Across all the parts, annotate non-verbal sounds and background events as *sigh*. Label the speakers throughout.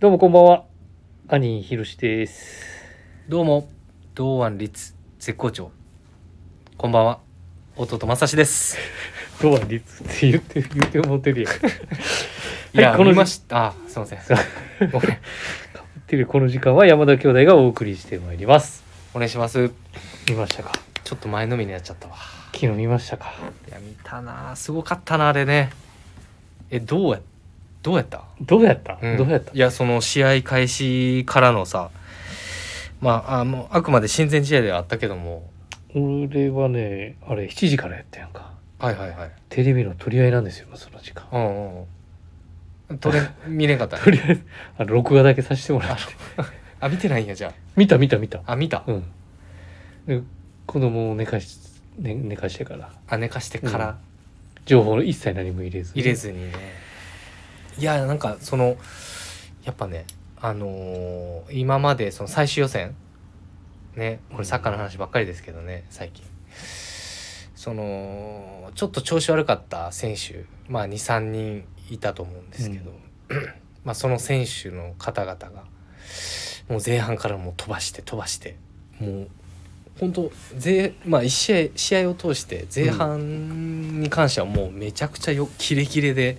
Speaker 1: どうもこんばんは。兄ひろしです。
Speaker 2: どうも同安律絶好調こんばんは弟正志です
Speaker 1: どうはりつって言って言ってもってるやん。
Speaker 2: いや、
Speaker 1: *laughs* はいこの
Speaker 2: 見ましたあすいません
Speaker 1: そう
Speaker 2: ごめん
Speaker 1: てるこの時間は山田兄弟がお送りしてまいります。
Speaker 2: お願いします
Speaker 1: 見ましたか。
Speaker 2: ちょっと前のめりになっちゃったわ
Speaker 1: 昨日見ましたか。
Speaker 2: いや見たなすごかったなあれねえどうやどうやった、
Speaker 1: どうやった？
Speaker 2: うん
Speaker 1: どうやった
Speaker 2: い？やその試合開始からのさまああもうあくまで親善試合ではあったけども
Speaker 1: 俺はねあれ7時からやったやんか。
Speaker 2: はいはいはい
Speaker 1: テレビの取り合いなんですよその時間。
Speaker 2: うんうんうんとれ見れんかったね
Speaker 1: とりあえずあの録画だけさせてもらって。
Speaker 2: あ見てないんやじゃ
Speaker 1: 見た見た見た。
Speaker 2: ああ見た
Speaker 1: うん。で子供を寝かし、ね、寝かしてから
Speaker 2: あ寝かしてから、
Speaker 1: うん情報の一切何も入れず。
Speaker 2: 入れ。ずにねいやなんかそのやっぱねあのー今までその最終予選ねこれサッカーの話ばっかりですけどね最近そのちょっと調子悪かった選手まあ23人いたと思うんですけど、 *clears throat* まあその選手の方々がもう前半からもう飛ばして飛ばしてもう本当ぜまあ1試合試合を通して前半に関してはもうめちゃくちゃよキレキレで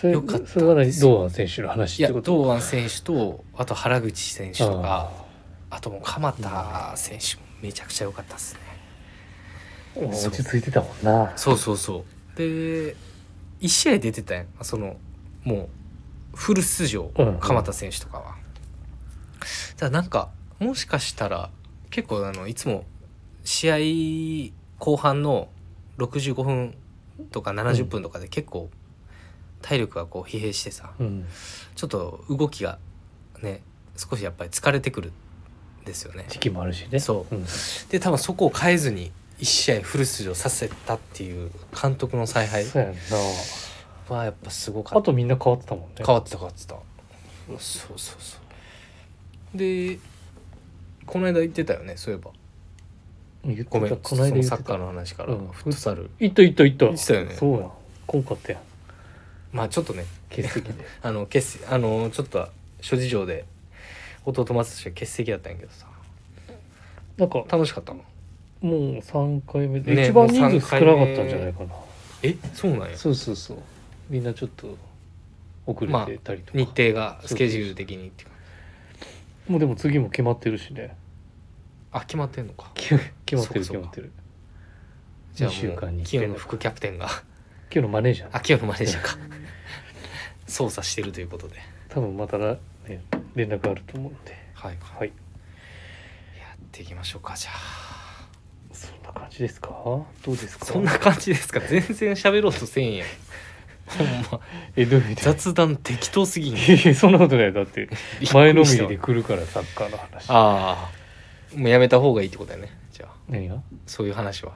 Speaker 1: それ
Speaker 2: よかった
Speaker 1: それは何堂安選手の話
Speaker 2: い
Speaker 1: っ
Speaker 2: や
Speaker 1: てこと。
Speaker 2: 堂安選手とあと原口選手とか
Speaker 1: あ
Speaker 2: あともう鎌田選手もめちゃくちゃ良かったですね
Speaker 1: ー落ち着いてたもんな。
Speaker 2: そうそうそうで1試合出てたやんそのもうフル出場
Speaker 1: うん
Speaker 2: 鎌田選手とかは、ただなんかもしかしたら結構あのいつも試合後半の65分とか70分とかで結構体力がこう疲弊してさ、
Speaker 1: うん、
Speaker 2: ちょっと動きがね少しやっぱり疲れてくるんですよね
Speaker 1: 時期もあるしね。。
Speaker 2: そう
Speaker 1: ん、
Speaker 2: で多分そこを変えずに1試合フル出場させたっていう監督の采配
Speaker 1: そうやんな。
Speaker 2: はやっぱすごか
Speaker 1: あ
Speaker 2: った
Speaker 1: とみんな変わってたもんね。
Speaker 2: 変わってた変わってたそうそうそうでこの間言ってたよねそういえば
Speaker 1: 言って
Speaker 2: ごめん
Speaker 1: たこの間
Speaker 2: そ
Speaker 1: 言
Speaker 2: の
Speaker 1: って
Speaker 2: サッカー
Speaker 1: た。
Speaker 2: の話から、
Speaker 1: うん
Speaker 2: フットサル
Speaker 1: いったいったいった。
Speaker 2: 言ってたよね
Speaker 1: そうやん。こんかったやん。
Speaker 2: まあちょっとね
Speaker 1: 欠席
Speaker 2: *laughs*
Speaker 1: で。
Speaker 2: あの欠席あのちょっと諸事情で弟松氏が欠席だったんやけどさ
Speaker 1: なんか
Speaker 2: 楽しかったの
Speaker 1: もう三回目で、
Speaker 2: ね
Speaker 1: 一番人
Speaker 2: も
Speaker 1: 数
Speaker 2: う三
Speaker 1: 少
Speaker 2: 回
Speaker 1: な
Speaker 2: 目
Speaker 1: かったんじゃないかな。
Speaker 2: えそうなんや
Speaker 1: そうそうそう。みんなちょっと遅れてたりとか。
Speaker 2: 日程がスケジュール的にっていうか
Speaker 1: もうでも次も決まってるしね。
Speaker 2: あ決まってんのか
Speaker 1: 決まってる
Speaker 2: そう
Speaker 1: 決
Speaker 2: かそうか
Speaker 1: まってる。
Speaker 2: じゃあ
Speaker 1: 二週間
Speaker 2: も
Speaker 1: に
Speaker 2: う
Speaker 1: 一遍
Speaker 2: 清野の副キャプテンが
Speaker 1: 今日のマネージャー。
Speaker 2: あ清野マネージャ
Speaker 1: *laughs*
Speaker 2: ーか操作してるということで
Speaker 1: 多分またな、ね、連絡あると思うんで。
Speaker 2: はい
Speaker 1: はい。
Speaker 2: やっていきましょうかじゃあ
Speaker 1: そんな感じですか。どうですか。
Speaker 2: そんな感じですか全然喋ろうとせんや
Speaker 1: *laughs*
Speaker 2: んほんま
Speaker 1: えどういう意味で
Speaker 2: 雑談適当すぎん
Speaker 1: いやいやそんなことないよだって *laughs* 前のめりで
Speaker 2: びっくりし
Speaker 1: 来るからサッカーの話
Speaker 2: たわああもうやめた方がいいってことだよねじゃあ
Speaker 1: 何が
Speaker 2: そういう話は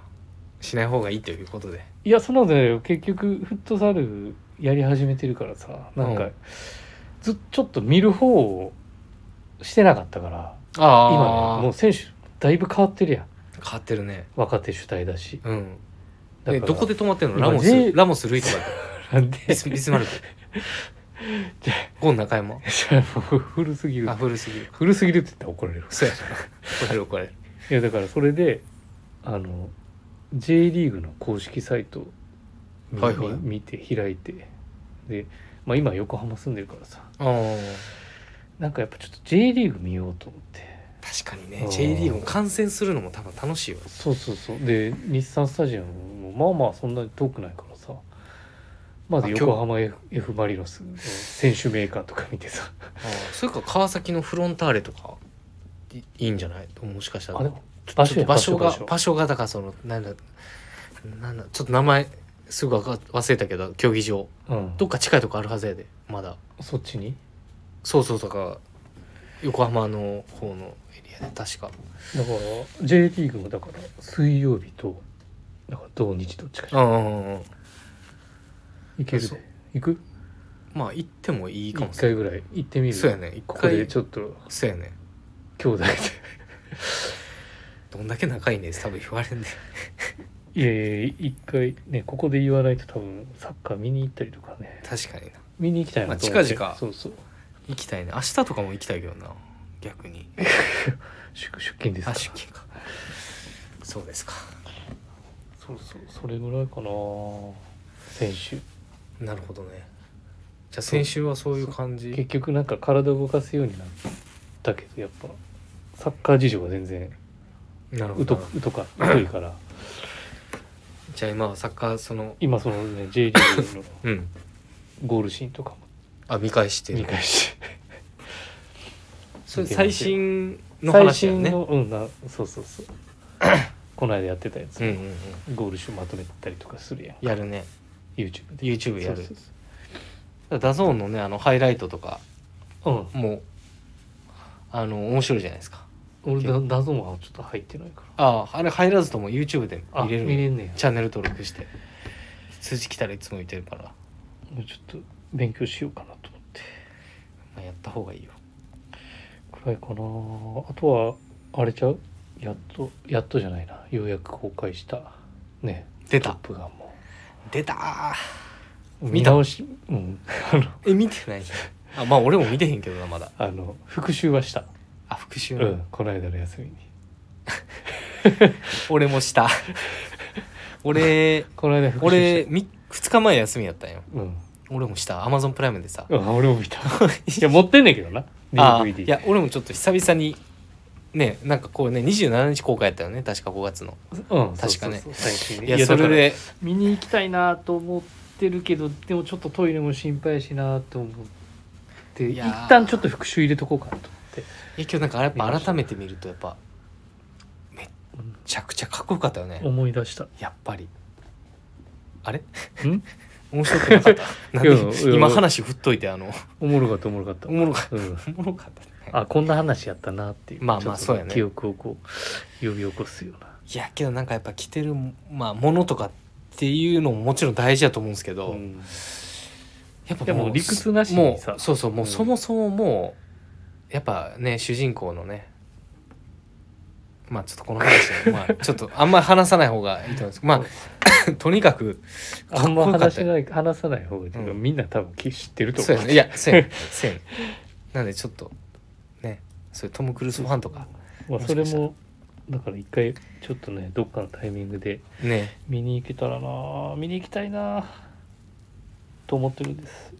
Speaker 2: しない方がいいということで
Speaker 1: いやそんなことないよ結局フットサルやり始めてるからさなんか、
Speaker 2: うん
Speaker 1: ずちょっと見る方をしてなかったから
Speaker 2: あ
Speaker 1: 今ねも
Speaker 2: も
Speaker 1: う
Speaker 2: う
Speaker 1: 選手だいぶ変わってるやん
Speaker 2: 変わってるね
Speaker 1: 若手主体だし
Speaker 2: うん
Speaker 1: だか
Speaker 2: え
Speaker 1: ら
Speaker 2: どこで止まってんの
Speaker 1: 今
Speaker 2: ラモ
Speaker 1: J-
Speaker 2: スラモスルイとかだよ
Speaker 1: *laughs* なんで
Speaker 2: ビスビスマルク
Speaker 1: じゃ
Speaker 2: ゴン中山
Speaker 1: じゃあもう古すぎる
Speaker 2: あ古すぎる
Speaker 1: 古すぎるって言ったら怒られる
Speaker 2: そうやな怒られる怒られる
Speaker 1: いやだからそれであの J リーグの公式サイト見,、
Speaker 2: はいはい
Speaker 1: 見て開いてで、まあ、今横浜住んでるからさ
Speaker 2: あー
Speaker 1: なんかやっぱちょっと J リーグ見ようと思って
Speaker 2: 確かに
Speaker 1: う
Speaker 2: ね
Speaker 1: ん
Speaker 2: J リーグも観戦するのも多分楽しいよ
Speaker 1: そうそうそうで日産スタジアムもまあまあそんなに遠くないからさまず
Speaker 2: あ今日
Speaker 1: 横浜 F, F ・マリノスの選手メーカーとか見てさ
Speaker 2: あーそれか川崎のフロンターレとかいいいんじゃないもしかしたら
Speaker 1: あでも
Speaker 2: ちょ
Speaker 1: 場所
Speaker 2: ちょっと場所
Speaker 1: 場
Speaker 2: が
Speaker 1: 所
Speaker 2: 場所がだからそのなんだなんだちょっと名前すぐわか忘れたけど競技場
Speaker 1: うん
Speaker 2: どっか近いとこあるはずやでまだ
Speaker 1: そっちに
Speaker 2: そうそうとか横浜の方のエリアで確か
Speaker 1: だから J リーグもだから水曜日とだから土日どっちかじゃん
Speaker 2: うんうんうんうん
Speaker 1: 行ける
Speaker 2: そう
Speaker 1: で行く
Speaker 2: まあ行ってもいいかも
Speaker 1: 一
Speaker 2: しれ
Speaker 1: 回
Speaker 2: ない
Speaker 1: ぐらい行ってみる
Speaker 2: そうやね一
Speaker 1: ここで
Speaker 2: 回
Speaker 1: ちょっと
Speaker 2: そうやね
Speaker 1: 今日だ
Speaker 2: どんだけ仲いいね多分言われんね
Speaker 1: けで *laughs* いやいや一回ねここで言わないと多分サッカー見に行ったりとかね
Speaker 2: 確かにな
Speaker 1: 見に行きたいなと思って、
Speaker 2: まあ近々
Speaker 1: そうそう
Speaker 2: 行きたいね明日とかも行きたいけどな逆に
Speaker 1: 出出勤ですか
Speaker 2: あ出勤かそうですか
Speaker 1: そうそうそれぐらいかな先週
Speaker 2: なるほどねじゃあ先週はそういう感
Speaker 1: 結
Speaker 2: じ
Speaker 1: 局なんか体を動かすようになったけどやっぱサッカー事情が全然
Speaker 2: なるほ
Speaker 1: うと
Speaker 2: ど
Speaker 1: うとか疎いから
Speaker 2: じゃあ今はサッカーその
Speaker 1: 今そのね J リーグの
Speaker 2: うん
Speaker 1: ゴールシーンとかも
Speaker 2: あ見返して
Speaker 1: 見
Speaker 2: る
Speaker 1: 返して
Speaker 2: それ最新の
Speaker 1: 最
Speaker 2: 話や
Speaker 1: 新
Speaker 2: ね
Speaker 1: のうんなそうそう *coughs* そうこの間やってたやつ、
Speaker 2: うんうんうん
Speaker 1: ゴール集まとめたりとかするやん
Speaker 2: やるね
Speaker 1: YouTube で
Speaker 2: YouTube やる
Speaker 1: そうそう
Speaker 2: ダゾーンのねあのハイライトとか
Speaker 1: そう
Speaker 2: もうあの面白いじゃないですか
Speaker 1: うん俺だ謎もちょっと入ってないか
Speaker 2: あああれ入らずとも YouTube で
Speaker 1: らあ
Speaker 2: 見
Speaker 1: 見
Speaker 2: れる
Speaker 1: れんねや
Speaker 2: チャンネル登録して通知来たらいつも見てるから、ま
Speaker 1: もうちょっと勉強しようかなと思って
Speaker 2: あ、やった方がいいよ
Speaker 1: くらいかなあとはあれちゃうやっとやっとじゃないなようやく公開したね
Speaker 2: 出
Speaker 1: トッ
Speaker 2: た
Speaker 1: プガンも
Speaker 2: 出たー
Speaker 1: 見
Speaker 2: 見た
Speaker 1: 直しうんあの
Speaker 2: え見てないあまあ俺も見てへんけどなまだ
Speaker 1: あの復習はした
Speaker 2: あ復
Speaker 1: う
Speaker 2: 習
Speaker 1: ん、
Speaker 2: ね、
Speaker 1: この間の休みに
Speaker 2: 俺もした
Speaker 1: *laughs*
Speaker 2: 俺
Speaker 1: この間復習
Speaker 2: 俺
Speaker 1: し
Speaker 2: 2日前休みやったんよ
Speaker 1: たうん
Speaker 2: 俺もしたアマゾンプライムでさ
Speaker 1: うん俺も見
Speaker 2: *laughs*
Speaker 1: たいや持ってんねんけどな
Speaker 2: あ
Speaker 1: DVD
Speaker 2: いや俺もちょっと久々にねなんかこうね27日公開やったよね確か5月の
Speaker 1: うん
Speaker 2: 確かね
Speaker 1: そうそうそう最近ね
Speaker 2: いや
Speaker 1: いや
Speaker 2: それ
Speaker 1: だから
Speaker 2: で
Speaker 1: 見に行きたいなと思ってるけどでもちょっとトイレも心配やしなと思って
Speaker 2: い
Speaker 1: 一
Speaker 2: やー
Speaker 1: 旦ちょっと復習入れとこうかなと思って
Speaker 2: いや今日なんかやっぱ改めて見るとやっぱめっ
Speaker 1: うん
Speaker 2: ちゃくちゃかっこよかったよね
Speaker 1: 思い出
Speaker 2: *laughs*
Speaker 1: した
Speaker 2: やっぱりあれ
Speaker 1: ん
Speaker 2: *laughs* 面白くな *laughs* かったなん
Speaker 1: いやいやいや
Speaker 2: で今話振っといてあの
Speaker 1: おもろかったおもろかった
Speaker 2: おもろかっ
Speaker 1: うん
Speaker 2: たおもろかったね
Speaker 1: あこんな話やったなっていう
Speaker 2: まあま
Speaker 1: ちょっ
Speaker 2: あ
Speaker 1: と
Speaker 2: そうやね
Speaker 1: 記憶をこう呼び起こすようない
Speaker 2: やけどなんかやっぱ着てるまあものとかっていうのももちろん大事だと思うんですけど、
Speaker 1: うん
Speaker 2: やっ
Speaker 1: いや
Speaker 2: ぱ
Speaker 1: も
Speaker 2: も
Speaker 1: う
Speaker 2: う
Speaker 1: 理屈なしにさ
Speaker 2: もうそうそうもううんそもそももうやっぱね主人公のねまあちょっとこの話 *laughs* は、まあ、ちょっとあんまり話さない方がいいと思うんですけどまあ *laughs* とにかく
Speaker 1: あんま
Speaker 2: かっこよ
Speaker 1: 話
Speaker 2: かった
Speaker 1: しない話さない方がいいけど、
Speaker 2: うん
Speaker 1: みんな多分知ってると
Speaker 2: そう
Speaker 1: 思う
Speaker 2: やねいやそうやねそうやねなんでちょっとねそういうトム・クルーズファンとか
Speaker 1: まあ、
Speaker 2: もし
Speaker 1: そ
Speaker 2: か
Speaker 1: れ
Speaker 2: したら
Speaker 1: もだから一回ちょっとねどっかのタイミングで
Speaker 2: ね
Speaker 1: 見に行けたらな見に行きたいなと思ってるんです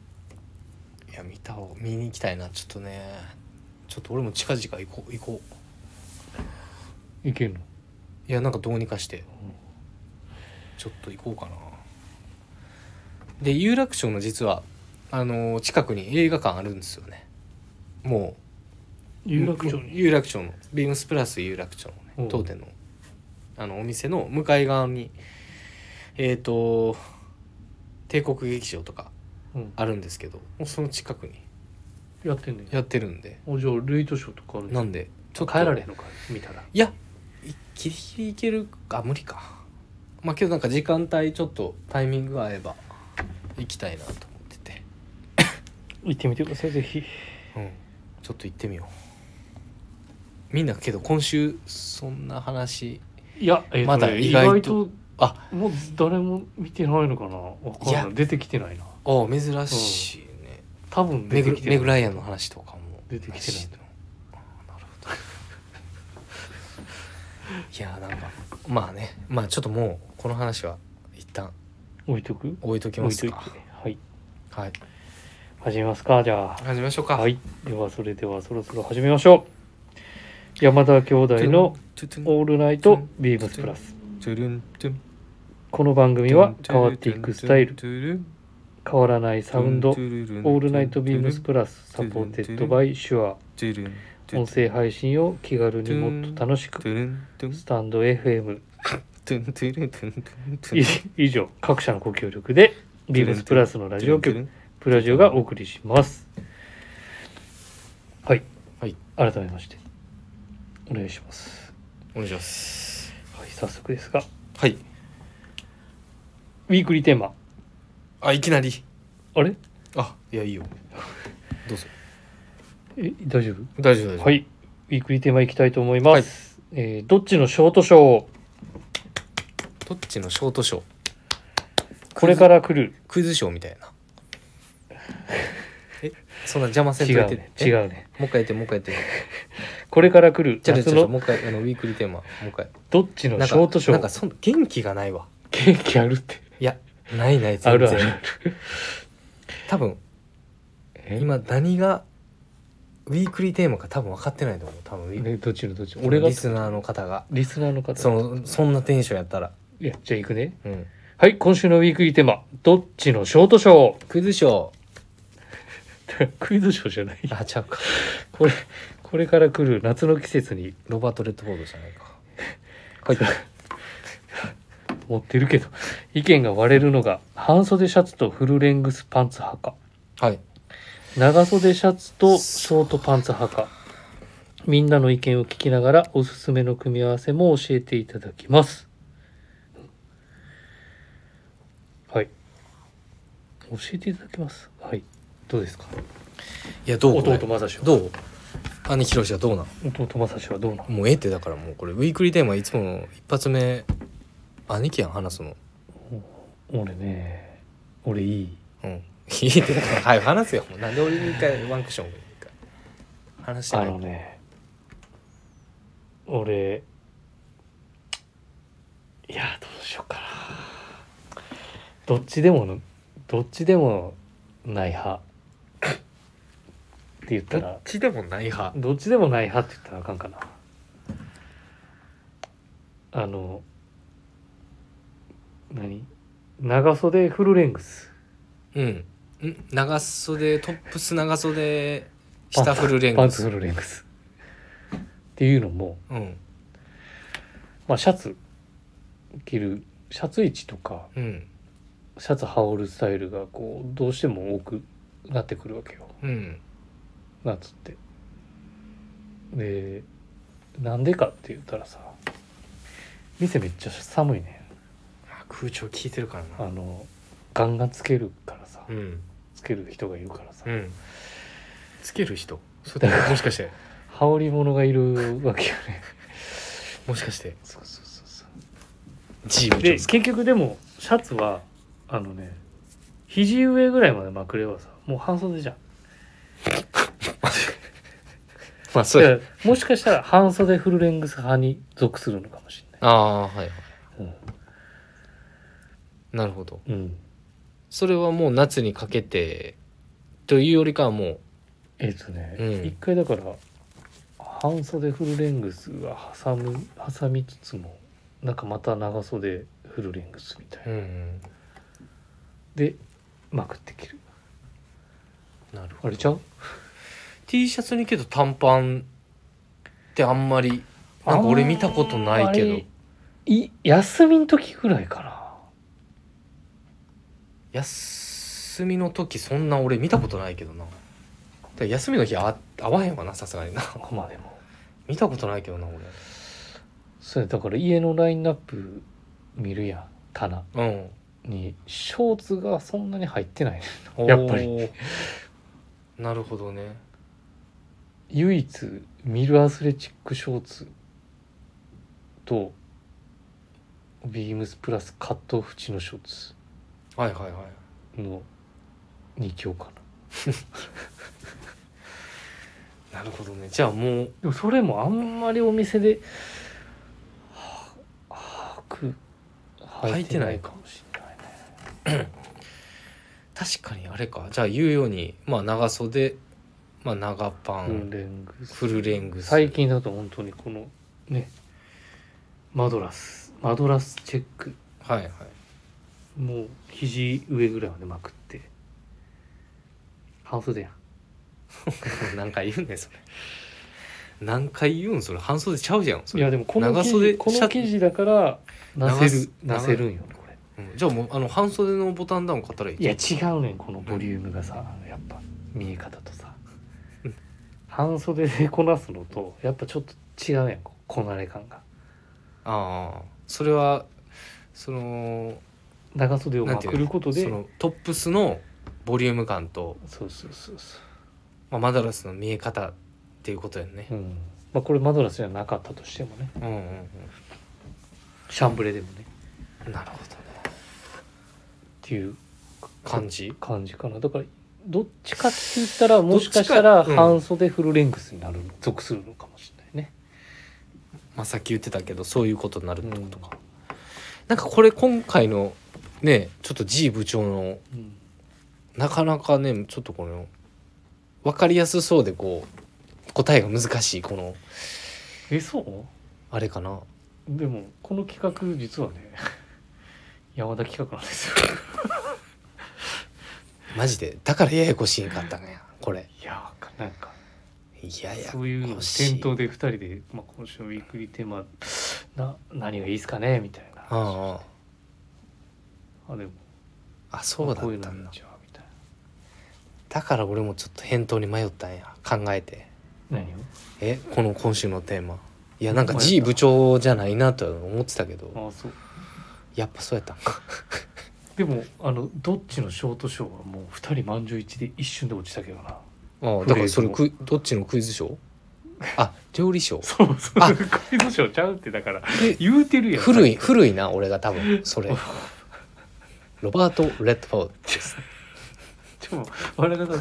Speaker 2: いや見たを見に行きたいなちょっとねちょっと俺も近々行こう行こう
Speaker 1: 行けるの
Speaker 2: いやなんかどうにかしてちょっと行こうかなで有楽町の実はあのー近くに映画館あるんですよねもう
Speaker 1: 有楽町
Speaker 2: もう
Speaker 1: に
Speaker 2: 有楽町のビームスプラス有楽町の
Speaker 1: うん
Speaker 2: ね当店のあのお店の向かい側にえっ、と帝国劇場とか
Speaker 1: うん
Speaker 2: あるんですけどもうその近くに
Speaker 1: やってんねん
Speaker 2: やってるんで
Speaker 1: おじゃあレイトショーとかあるんじゃ
Speaker 2: なんんで
Speaker 1: ちょっと帰られへんのか見たら
Speaker 2: いやいギリギリいけるか無理かまあけどなんか時間帯ちょっとタイミングが合えば行きたいなと思ってて
Speaker 1: 行ってみてくださいぜひ
Speaker 2: うんちょっと行ってみようみんなけど今週そんな話
Speaker 1: いや、えーとね
Speaker 2: まだ
Speaker 1: 意
Speaker 2: 意
Speaker 1: 外
Speaker 2: 外
Speaker 1: と
Speaker 2: とあ
Speaker 1: もう誰も見てないのかなわかん
Speaker 2: い
Speaker 1: な
Speaker 2: や
Speaker 1: い出てきてないな
Speaker 2: ああ珍しいね
Speaker 1: 多分
Speaker 2: メ
Speaker 1: 出て
Speaker 2: グ
Speaker 1: きて
Speaker 2: メグ
Speaker 1: ない
Speaker 2: ライアンの話とかも
Speaker 1: 出てきてない
Speaker 2: なしあなるほど *laughs* いやなんかまあねまあちょっともうこの話は一旦
Speaker 1: 置いとく
Speaker 2: 置いときま
Speaker 1: 置い
Speaker 2: す
Speaker 1: といて
Speaker 2: か
Speaker 1: はい
Speaker 2: はい
Speaker 1: 始めますかじゃあ
Speaker 2: 始めましょうか
Speaker 1: はい、ではそれではそろそろ始めましょう。山田兄弟の
Speaker 2: トゥト
Speaker 1: 「
Speaker 2: ゥン
Speaker 1: オールナイトビームスプラス
Speaker 2: トゥルントゥン」
Speaker 1: この番組は変わっていくスタイル変わらないサウンド「オールナイトビームスプラス」サポーテッドバイシュア音声配信を気軽にもっと楽しくスタンド FM い以 *laughs* 上各社のご協力でビームスプラスのラジオ局プラジオがお送りしますはい、
Speaker 2: はい、
Speaker 1: 改めましてお願いします
Speaker 2: お願いします
Speaker 1: はい早速ですが
Speaker 2: はい
Speaker 1: ウィークリーテーマ
Speaker 2: あいきなり
Speaker 1: あれ
Speaker 2: あいやいいよどうぞ
Speaker 1: え大丈夫
Speaker 2: 大丈夫大丈夫
Speaker 1: は
Speaker 2: はい
Speaker 1: い、ウィークリーテーマいきたいと思います。えーどっちのショートショーを
Speaker 2: どっちのショートショー
Speaker 1: これから来る
Speaker 2: クイズショーみたいなそんな邪魔せん
Speaker 1: 違
Speaker 2: というて
Speaker 1: ね
Speaker 2: え
Speaker 1: 違うね
Speaker 2: もう一回やってもう一回やって
Speaker 1: これから来る
Speaker 2: じゃあ
Speaker 1: 夏
Speaker 2: じゃあも
Speaker 1: の
Speaker 2: う一回あのウィークリーテーマもう一回
Speaker 1: どっちの
Speaker 2: なん
Speaker 1: ショート
Speaker 2: か
Speaker 1: ショ
Speaker 2: なんか
Speaker 1: ー
Speaker 2: そん元気がないわ
Speaker 1: 元気あるって
Speaker 2: いやないない
Speaker 1: あ
Speaker 2: 全
Speaker 1: るある
Speaker 2: 然多分
Speaker 1: え
Speaker 2: 今何がウィークリーテーマか多分分かってないと思う多分ウィーク
Speaker 1: ねどっちのどっちの俺が
Speaker 2: リスナーの方が
Speaker 1: リスナーの方
Speaker 2: そのそんなテンションやったら
Speaker 1: いやじゃあ行くね
Speaker 2: うん
Speaker 1: はい今週のウィークリーテーマどっちのショート *laughs* ショ
Speaker 2: クイズショー
Speaker 1: ークイズショーじゃない
Speaker 2: あちゃう
Speaker 1: *laughs*
Speaker 2: か
Speaker 1: これこれから来る夏の季節に
Speaker 2: ロバート・レッドフォードじゃないかはい
Speaker 1: *laughs* 持ってるけど意見が割れるのが半袖シャツとフルレングスパンツ派か
Speaker 2: はい
Speaker 1: 長袖シャツとショートパンツ派かみんなの意見を聞きながらおすすめの組み合わせも教えていただきますはい教えていただきますはいどうですか
Speaker 2: いやどうこれ
Speaker 1: 弟正志は
Speaker 2: どう兄ひろしはどうなん
Speaker 1: 弟正志はどうなの
Speaker 2: もうええってだからもうこれウィークリーテーマいつもの一発目兄貴やん話すの
Speaker 1: 俺ね俺いい
Speaker 2: うんいいってだからはい話すよもうなんで俺に一回ワンクッション一回話して
Speaker 1: あ
Speaker 2: ない
Speaker 1: のね俺いやどうしようかなどっちでものどっちでもない派って言った
Speaker 2: どっ
Speaker 1: ら
Speaker 2: ちでもない派
Speaker 1: どっちでもない派って言ったらあかんかなあの何長袖フルレングス
Speaker 2: うんん長袖トップス長袖下フルレン
Speaker 1: パ
Speaker 2: グ
Speaker 1: ンツ
Speaker 2: ス
Speaker 1: フルレングスっていうのも
Speaker 2: うん
Speaker 1: まあシャツ着るシャツ位置とか
Speaker 2: うん
Speaker 1: シャツ羽織るスタイルがこうどうしても多くなってくるわけよ
Speaker 2: うん
Speaker 1: 夏って。でなんでかって言ったらさ店めっちゃ寒いね
Speaker 2: あ空調効いてるから
Speaker 1: あ
Speaker 2: な
Speaker 1: のガンガンつけるからさ
Speaker 2: うん
Speaker 1: つける人がいるからさ
Speaker 2: うんつける人それってもしか *laughs* して
Speaker 1: 羽織物がいるわけよね
Speaker 2: もしかして
Speaker 1: *laughs* そうそうそうそう
Speaker 2: ジー
Speaker 1: で結局でもシャツはあのね肘上ぐらいまでまくればさもう半袖じゃん
Speaker 2: まあそうや
Speaker 1: だからもしかしたら半袖フルレングス派に属するのかもしれ
Speaker 2: ああはいはい
Speaker 1: ない。
Speaker 2: なるほど
Speaker 1: うんうん
Speaker 2: それはもう夏にかけてというよりかはも
Speaker 1: えっとね、
Speaker 2: うん、
Speaker 1: 一回だから半袖フルレングスは挟む挟みつつもなんかまた長袖フルレングスみたいうな、
Speaker 2: ん、
Speaker 1: でまくってきる
Speaker 2: なるほど
Speaker 1: あれちゃう
Speaker 2: T シャツにけど短パンってあんまりなんか俺見たことないけ
Speaker 1: あんま
Speaker 2: ど
Speaker 1: りい休みの時ぐらいかな
Speaker 2: 休みの時そんな俺見たことないけどなだから休みの日あ合わへんわなさすがにな *laughs*
Speaker 1: ここまでも
Speaker 2: 見たことないけどな
Speaker 1: それだから家のラインナップ見るやん棚
Speaker 2: 俺うん
Speaker 1: にショーツがそんなに入ってないね
Speaker 2: おー
Speaker 1: *laughs* やっぱり
Speaker 2: なるほどね
Speaker 1: 唯一ミルアスレチックショーツとビームスプラスカットオフチのショーツ
Speaker 2: はいはいはい
Speaker 1: の2強かな
Speaker 2: なるほどねじゃあもう
Speaker 1: でもそれもあんまりお店でははく履いてないかもしれないね
Speaker 2: 確かにあれかじゃあ言うようにまあ長袖まあ長パ
Speaker 1: フル
Speaker 2: ン
Speaker 1: レングス
Speaker 2: フルレングス
Speaker 1: 最近だと本当にこのねマドラスマドラスチェック
Speaker 2: はいはい
Speaker 1: もう肘上ぐらいまでまくって半袖やん
Speaker 2: *laughs* 何回言うねんそれ何回言うんそれ半袖ちゃうじゃんそ
Speaker 1: い
Speaker 2: れ、
Speaker 1: やでもこの
Speaker 2: 長
Speaker 1: 生
Speaker 2: 袖
Speaker 1: 地この生地だからな
Speaker 2: 長
Speaker 1: せる
Speaker 2: す
Speaker 1: なせるんよこれ
Speaker 2: うんじゃあもうあの半袖のボタンダウン買ったらいい
Speaker 1: いや違うねんこのボリュームがさやっぱ見え方とさ半袖でこなすのとやっぱちょっと違うやんここなれ感が
Speaker 2: ああそれはその
Speaker 1: 長袖を
Speaker 2: な
Speaker 1: ま
Speaker 2: んていう
Speaker 1: くることで
Speaker 2: そのトップスのボリューム感と、
Speaker 1: そうそうそうそ
Speaker 2: まあ、マダラスの見え方っていうことやね
Speaker 1: う、うんまあ、これマドラスじゃなかったとしてもね
Speaker 2: うんうん
Speaker 1: シャンブレでもねっ
Speaker 2: うんなるほどね
Speaker 1: ていう
Speaker 2: 感じ
Speaker 1: 感じかなだからどっちかって言ったらもしかした
Speaker 2: ど
Speaker 1: ら
Speaker 2: っちかうん
Speaker 1: 半袖フルレングスになる属するのかもしれないね。
Speaker 2: まあ、さっき言ってたけどそういうことになるってことか、なんかこれ今回のねちょっと G 部長の
Speaker 1: うん
Speaker 2: なかなかねちょっとこの分かりやすそうでこう答えが難しいこの
Speaker 1: えそう
Speaker 2: あれかな
Speaker 1: でもこの企画実はね *laughs* 山田企画なんですよ。 *laughs*
Speaker 2: マジでだからややこしいんかったねこれ
Speaker 1: いやーなんか
Speaker 2: やや
Speaker 1: そういうのを
Speaker 2: こしい
Speaker 1: 店頭で2人で、まあ、今週のウィークリーテーマな何がいいですかねみたいな。
Speaker 2: あああ
Speaker 1: あでも
Speaker 2: ああそうだ
Speaker 1: こうい
Speaker 2: っ
Speaker 1: う
Speaker 2: た
Speaker 1: のいい
Speaker 2: ん
Speaker 1: ん
Speaker 2: だ
Speaker 1: ちゃうみたい
Speaker 2: だから俺もちょっと返答に迷ったんや考えて
Speaker 1: な。何を
Speaker 2: えこの今週のテーマいやなんか
Speaker 1: 迷った
Speaker 2: G 部長じゃないなとは思ってたけど
Speaker 1: ああそう
Speaker 2: やっぱそうやったんか
Speaker 1: でもあのどっちのショートショーはもう2人満場一致で一瞬で落ちたけどな
Speaker 2: *laughs*
Speaker 1: *laughs*
Speaker 2: ああだからそれクイどっちのクイズショーあ料理ショー
Speaker 1: そうそう
Speaker 2: あ
Speaker 1: クイズショーちゃうってだから
Speaker 2: え
Speaker 1: 言うてるやん *laughs*
Speaker 2: 古い古いな俺が多分それロバート・レッドフォー
Speaker 1: *laughs* ちょっと笑い方と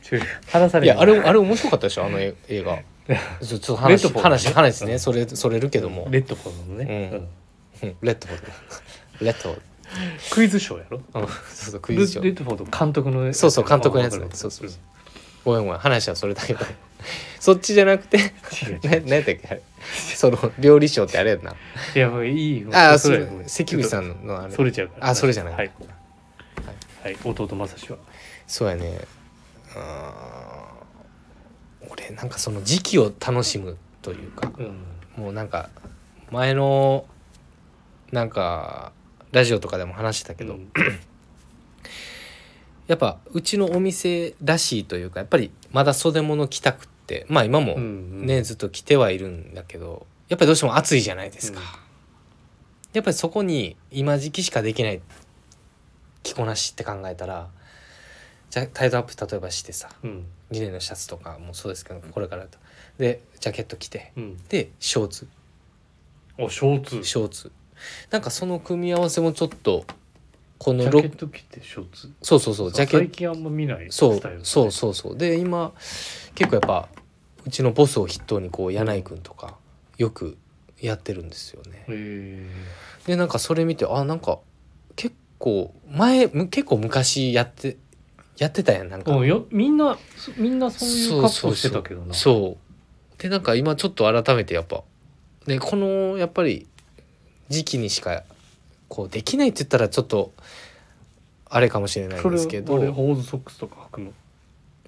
Speaker 1: *laughs* ちょ話され
Speaker 2: ドい
Speaker 1: へん
Speaker 2: やあれあれ面白かったでしょあの映映画 *laughs* ちょちょっと
Speaker 1: レッドフ
Speaker 2: 話
Speaker 1: ォード
Speaker 2: 話話ねそれそれるけども
Speaker 1: レッドフォードのね、
Speaker 2: うん
Speaker 1: うん
Speaker 2: うんレッドフォードレッドフォー
Speaker 1: クイズショーやろ
Speaker 2: ド *laughs* うんそうそうクイズショ
Speaker 1: レレ
Speaker 2: ー
Speaker 1: ッドフォード監督の
Speaker 2: そうそう監督のやつね
Speaker 1: あわかる
Speaker 2: そうそうそうごめんごめん話はそれだけ *laughs* どそっちじゃなくて
Speaker 1: 違う違う
Speaker 2: な何やったっけあれその料理ショーってあれやんない
Speaker 1: やもういいよ
Speaker 2: ああそ
Speaker 1: そ
Speaker 2: れ
Speaker 1: やもう
Speaker 2: 関口さんのあれ
Speaker 1: それちゃうから
Speaker 2: あそれじゃない
Speaker 1: はい、はい、弟正志は
Speaker 2: そうやねうーん俺なんかその時期を楽しむというか
Speaker 1: うん
Speaker 2: もうなんか前のなんかラジオとかでも話してたけど、
Speaker 1: うん
Speaker 2: やっぱうちのお店らしいというかやっぱりまだ袖物着たくってまあ今も
Speaker 1: う
Speaker 2: ね、
Speaker 1: ん
Speaker 2: ずっと着てはいるんだけどやっぱりどうしても暑いじゃないですか、
Speaker 1: うん
Speaker 2: やっぱりそこに今時期しかできない着こなしって考えたらじゃあタイトアップ例えばしてさ
Speaker 1: うん
Speaker 2: リネンのシャツとかもそうですけどこれからだとでジャケット着て
Speaker 1: うん
Speaker 2: でショーツ
Speaker 1: おショーツ
Speaker 2: ショーツなんかその組み合わせもちょっとこ
Speaker 1: ジ
Speaker 2: の
Speaker 1: ャケ
Speaker 2: ろ
Speaker 1: ット着てショーツ
Speaker 2: そうそうそうジャケッ
Speaker 1: 最
Speaker 2: ト
Speaker 1: 近あんま見ない
Speaker 2: そう
Speaker 1: スタイルだね
Speaker 2: そうそうそうで今結構やっぱうちのボスを筆頭にこう柳井君とかよくやってるんですよね
Speaker 1: へ
Speaker 2: でなんかそれ見てあなんか結構前む結構昔やってやってたやんなん
Speaker 1: え
Speaker 2: か
Speaker 1: うんよみんなそみんなそういう格好してたけどな
Speaker 2: そうそうそうそうでなんか今ちょっと改めてやっぱでこのやっぱり時期にしかこうできないって言ったらちょっとあれかもしれないんですけ
Speaker 1: それ俺
Speaker 2: ど
Speaker 1: ホーズソックスとか履くの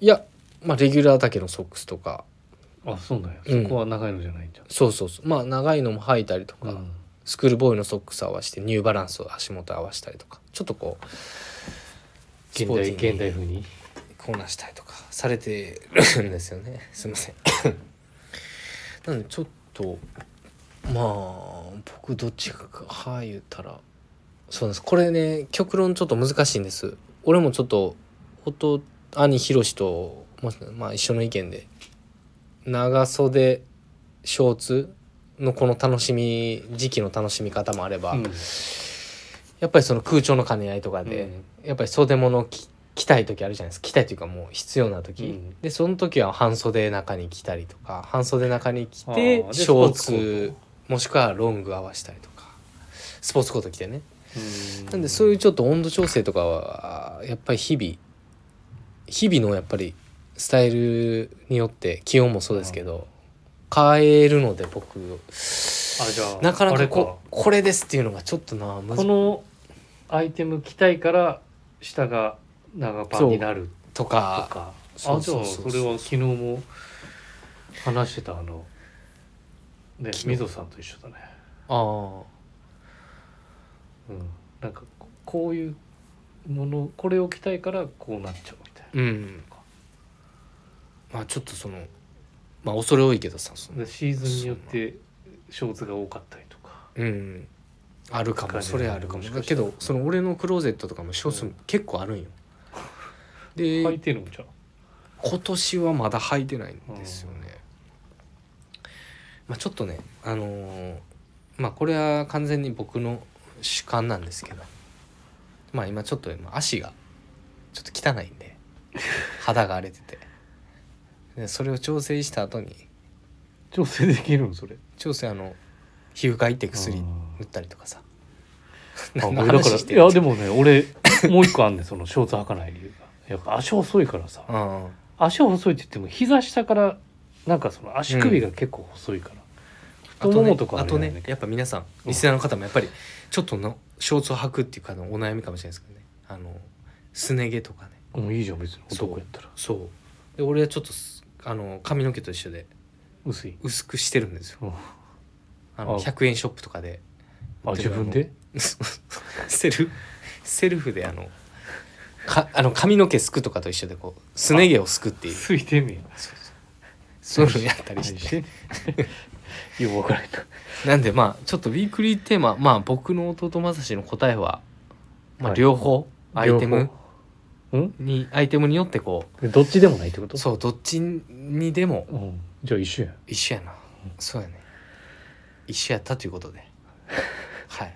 Speaker 2: いやまあレギュラーだけのソックスとか
Speaker 1: あそうだよ、
Speaker 2: うん
Speaker 1: そこは長いのじゃないんじゃん
Speaker 2: そうそうそうまあ長いのも履いたりとか、
Speaker 1: うん
Speaker 2: スクールボーイのソックス合わせてニューバランスを足元合わせたりとかちょっとこうス
Speaker 1: 現
Speaker 2: ポーツ
Speaker 1: 代
Speaker 2: に
Speaker 1: 現代風に
Speaker 2: コーナーしたりとかされてるんですよね *laughs* すいません *coughs* なのでちょっとまあ僕どっちかは言ったらそうなんですこれね極論ちょっと難しいんです俺もちょっと弟兄ひろしともしまあ一緒の意見で長袖ショーツのこの楽しみ時期の楽しみ方もあれば、
Speaker 1: うん
Speaker 2: やっぱりその空調の兼ね合いとかで、やっぱり袖物を着着たい時あるじゃないですか着たいというかもう必要な時、
Speaker 1: うん
Speaker 2: でその時は半袖中に着たりとか半袖中に着
Speaker 1: あ
Speaker 2: て
Speaker 1: ーで
Speaker 2: シ
Speaker 1: ス
Speaker 2: ョー
Speaker 1: ポーツ
Speaker 2: ツもしくはロング合わせたりとかスポーツコート着てね
Speaker 1: うん
Speaker 2: なんでそういうちょっと温度調整とかはやっぱり日々日々のやっぱりスタイルによって気温もそうですけど変えるので僕
Speaker 1: あじゃあ
Speaker 2: なかな
Speaker 1: あれ
Speaker 2: かここれですっていうのがちょっとな難
Speaker 1: このアイテム着たいから下が長パンになる
Speaker 2: と
Speaker 1: と
Speaker 2: か
Speaker 1: か
Speaker 2: そう
Speaker 1: あじゃ
Speaker 2: そう
Speaker 1: あ
Speaker 2: そう
Speaker 1: それは昨日も話してたあのね
Speaker 2: 昨日
Speaker 1: みぞさんと一緒だね、
Speaker 2: ああ
Speaker 1: うん、なんかここういうものこれを着たいからこうなっちゃうみたい
Speaker 2: うんまあちょっとそのまあ恐れ多いけどさそ
Speaker 1: な
Speaker 2: の
Speaker 1: でシーズンによってショーツが多かったりとか
Speaker 2: うんあるかも
Speaker 1: 感じ
Speaker 2: それあるかも
Speaker 1: もしか
Speaker 2: だ
Speaker 1: した
Speaker 2: け
Speaker 1: ら
Speaker 2: どその俺のクローゼットとかも少
Speaker 1: う
Speaker 2: 数
Speaker 1: ん
Speaker 2: 結構あるんよ
Speaker 1: 履いて
Speaker 2: で
Speaker 1: るんじゃん
Speaker 2: 今年はまだ履いてないんですよねまあちょっとねあのーまあこれは完全に僕の主観なんですけどまあ今ちょっと今足がちょっと汚いんで肌が荒れててでそれを調整した後に
Speaker 1: 調整できるのそれ
Speaker 2: 調整あの皮膚科行って薬塗ったりとかさ
Speaker 1: あ
Speaker 2: 何の
Speaker 1: 俺だか
Speaker 2: 話
Speaker 1: ら
Speaker 2: して
Speaker 1: い
Speaker 2: んの
Speaker 1: やでもね俺 *coughs* もう一個あんねんそのショーツ履かない理由がやっぱ足細いからさ
Speaker 2: うんうん
Speaker 1: 足細いって言っても膝下からなんかその足首が結構細いから、
Speaker 2: あ
Speaker 1: 太
Speaker 2: と
Speaker 1: もも
Speaker 2: ね
Speaker 1: とか
Speaker 2: あ
Speaker 1: あれ
Speaker 2: と
Speaker 1: なんだけど
Speaker 2: ねやっぱ皆さんリスナーの方もやっぱりちょっとのショーツを履くっていうかのお悩みかもしれないですけどねあのすね毛とかね
Speaker 1: もういいじゃん別に
Speaker 2: そう
Speaker 1: 男やったら
Speaker 2: そうで俺はちょっとすあの髪の毛と一緒で
Speaker 1: 薄い
Speaker 2: 薄くしてるんですよ
Speaker 1: うん
Speaker 2: あの
Speaker 1: あ
Speaker 2: 100円ショップとかで *laughs*
Speaker 1: あ自分で
Speaker 2: あのセルセルフであのかあの髪の毛すくとかと一緒でこうすね毛をすくっていう
Speaker 1: ついてんねや
Speaker 2: そういうのやったりして
Speaker 1: 何
Speaker 2: *laughs*
Speaker 1: してんねんよく分からへんな
Speaker 2: なんでまあちょっとウィークリーテーマまあ僕の弟正志の答えは、まあ、
Speaker 1: はい
Speaker 2: 両方アイテム
Speaker 1: 両方ん
Speaker 2: にアイテムによってこ
Speaker 1: どっちでもないってこと
Speaker 2: うそうどっちにでも
Speaker 1: うん、じゃあ一緒やん
Speaker 2: 一緒やなそうやね一緒やったというこ
Speaker 1: *laughs*
Speaker 2: とではい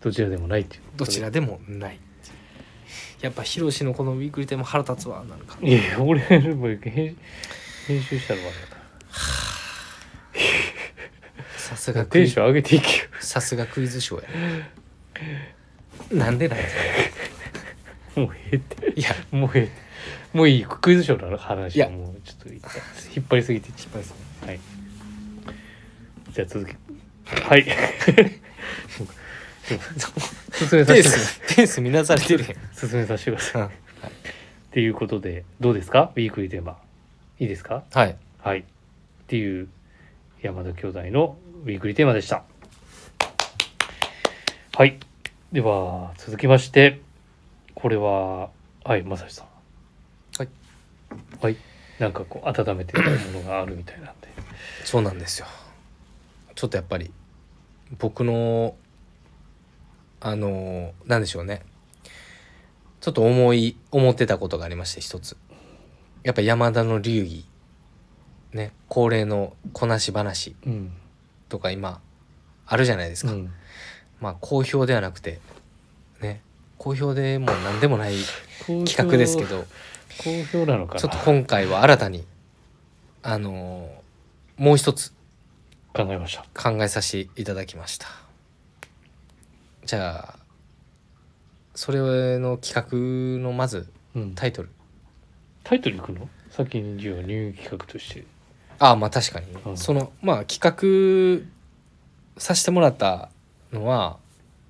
Speaker 1: どちらでもないっていう
Speaker 2: どちらでもないっていうやっぱヒロシのこのウィークリーテーマ腹立つわなんか
Speaker 1: いやいや俺も編編集したのか
Speaker 2: さす
Speaker 1: な
Speaker 2: がク
Speaker 1: テン
Speaker 2: イ
Speaker 1: シ
Speaker 2: ズ
Speaker 1: ョン上げていけ
Speaker 2: さすがクイズショーやなんでなんですか
Speaker 1: よもうええって
Speaker 2: いや
Speaker 1: もうええってもういいクイズショーの話
Speaker 2: いや
Speaker 1: もうちょっと一旦引っ張りすぎて
Speaker 2: 失敗ですね
Speaker 1: はい。じゃあ続き。はい。進めさせ
Speaker 2: ペー
Speaker 1: て
Speaker 2: スペース見なされてる
Speaker 1: 進めさせてください。
Speaker 2: やん
Speaker 1: っていうことで、どうですかウィークリーテーマ。いいですか
Speaker 2: はい
Speaker 1: はい。っていう山田兄弟のウィークリーテーマでした。はい。では、続きまして、これは、はい、まさしさん。
Speaker 2: はい。
Speaker 1: はい。なんかこう、温めてるものがあるみたいなんで。
Speaker 2: そうなんですよちょっとやっぱり僕のあのなんでしょうねちょっと思い思ってたことがありまして一つやっぱ山田の流儀ね恒例のこなし話
Speaker 1: うん。
Speaker 2: とか今あるじゃないです
Speaker 1: う
Speaker 2: か、
Speaker 1: ん。
Speaker 2: まあ好評ではなくてね好評でも何でもない企画ですけど
Speaker 1: 好評なのかな
Speaker 2: ちょっと今回は新たにあのもう一つ
Speaker 1: 考えました
Speaker 2: 考えさせていただきましたじゃあそれの企画のまず
Speaker 1: うんタイ
Speaker 2: タイトル
Speaker 1: トルいくの先にじゃあ入院企画として
Speaker 2: ああまあ確かに、
Speaker 1: うん
Speaker 2: そのまあ企画させてもらったのは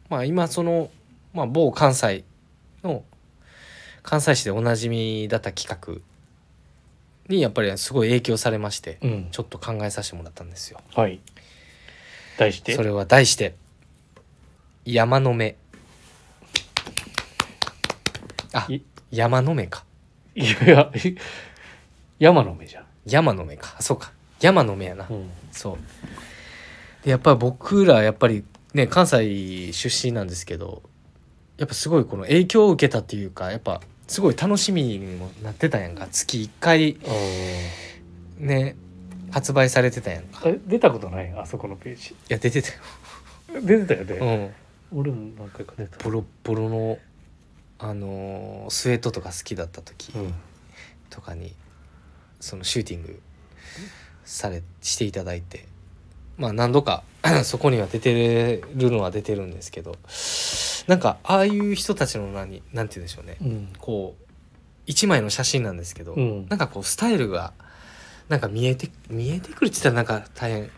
Speaker 2: まあ今その、まあ、某関西の関西市でおなじみだった企画にやっぱりすごい影響されまして
Speaker 1: うん
Speaker 2: ちょっと考えさせてもらったんですよ
Speaker 1: はい題して
Speaker 2: それは題して「山の目」あ
Speaker 1: い
Speaker 2: 山の目か
Speaker 1: いやえ山の目じゃん、
Speaker 2: 山の目かあそうか山の目やな、
Speaker 1: うん、
Speaker 2: そうでやっぱり僕らやっぱりね関西出身なんですけどやっぱすごいこの影響を受けたっていうかやっぱすごい楽しみにもなってたやんか月1回
Speaker 1: あー
Speaker 2: ね発売されてたやんか
Speaker 1: あれ出たことないあそこのページ
Speaker 2: いや出てたよ、
Speaker 1: 出てたよね、
Speaker 2: うん、
Speaker 1: 俺も何回か出た
Speaker 2: ボロッボロのあのースウェットとか好きだった時、
Speaker 1: うん
Speaker 2: とかにそのシューティングされしていただいてまあ何度か *clears throat* そこには出てるのは出てるんですけどなんかああいう人たちの何なんて言うんでしょうね
Speaker 1: うん
Speaker 2: こう一枚の写真なんですけど、
Speaker 1: うん
Speaker 2: なんかこうスタイルがなんか見えて見えてくるって言ったらなんか大変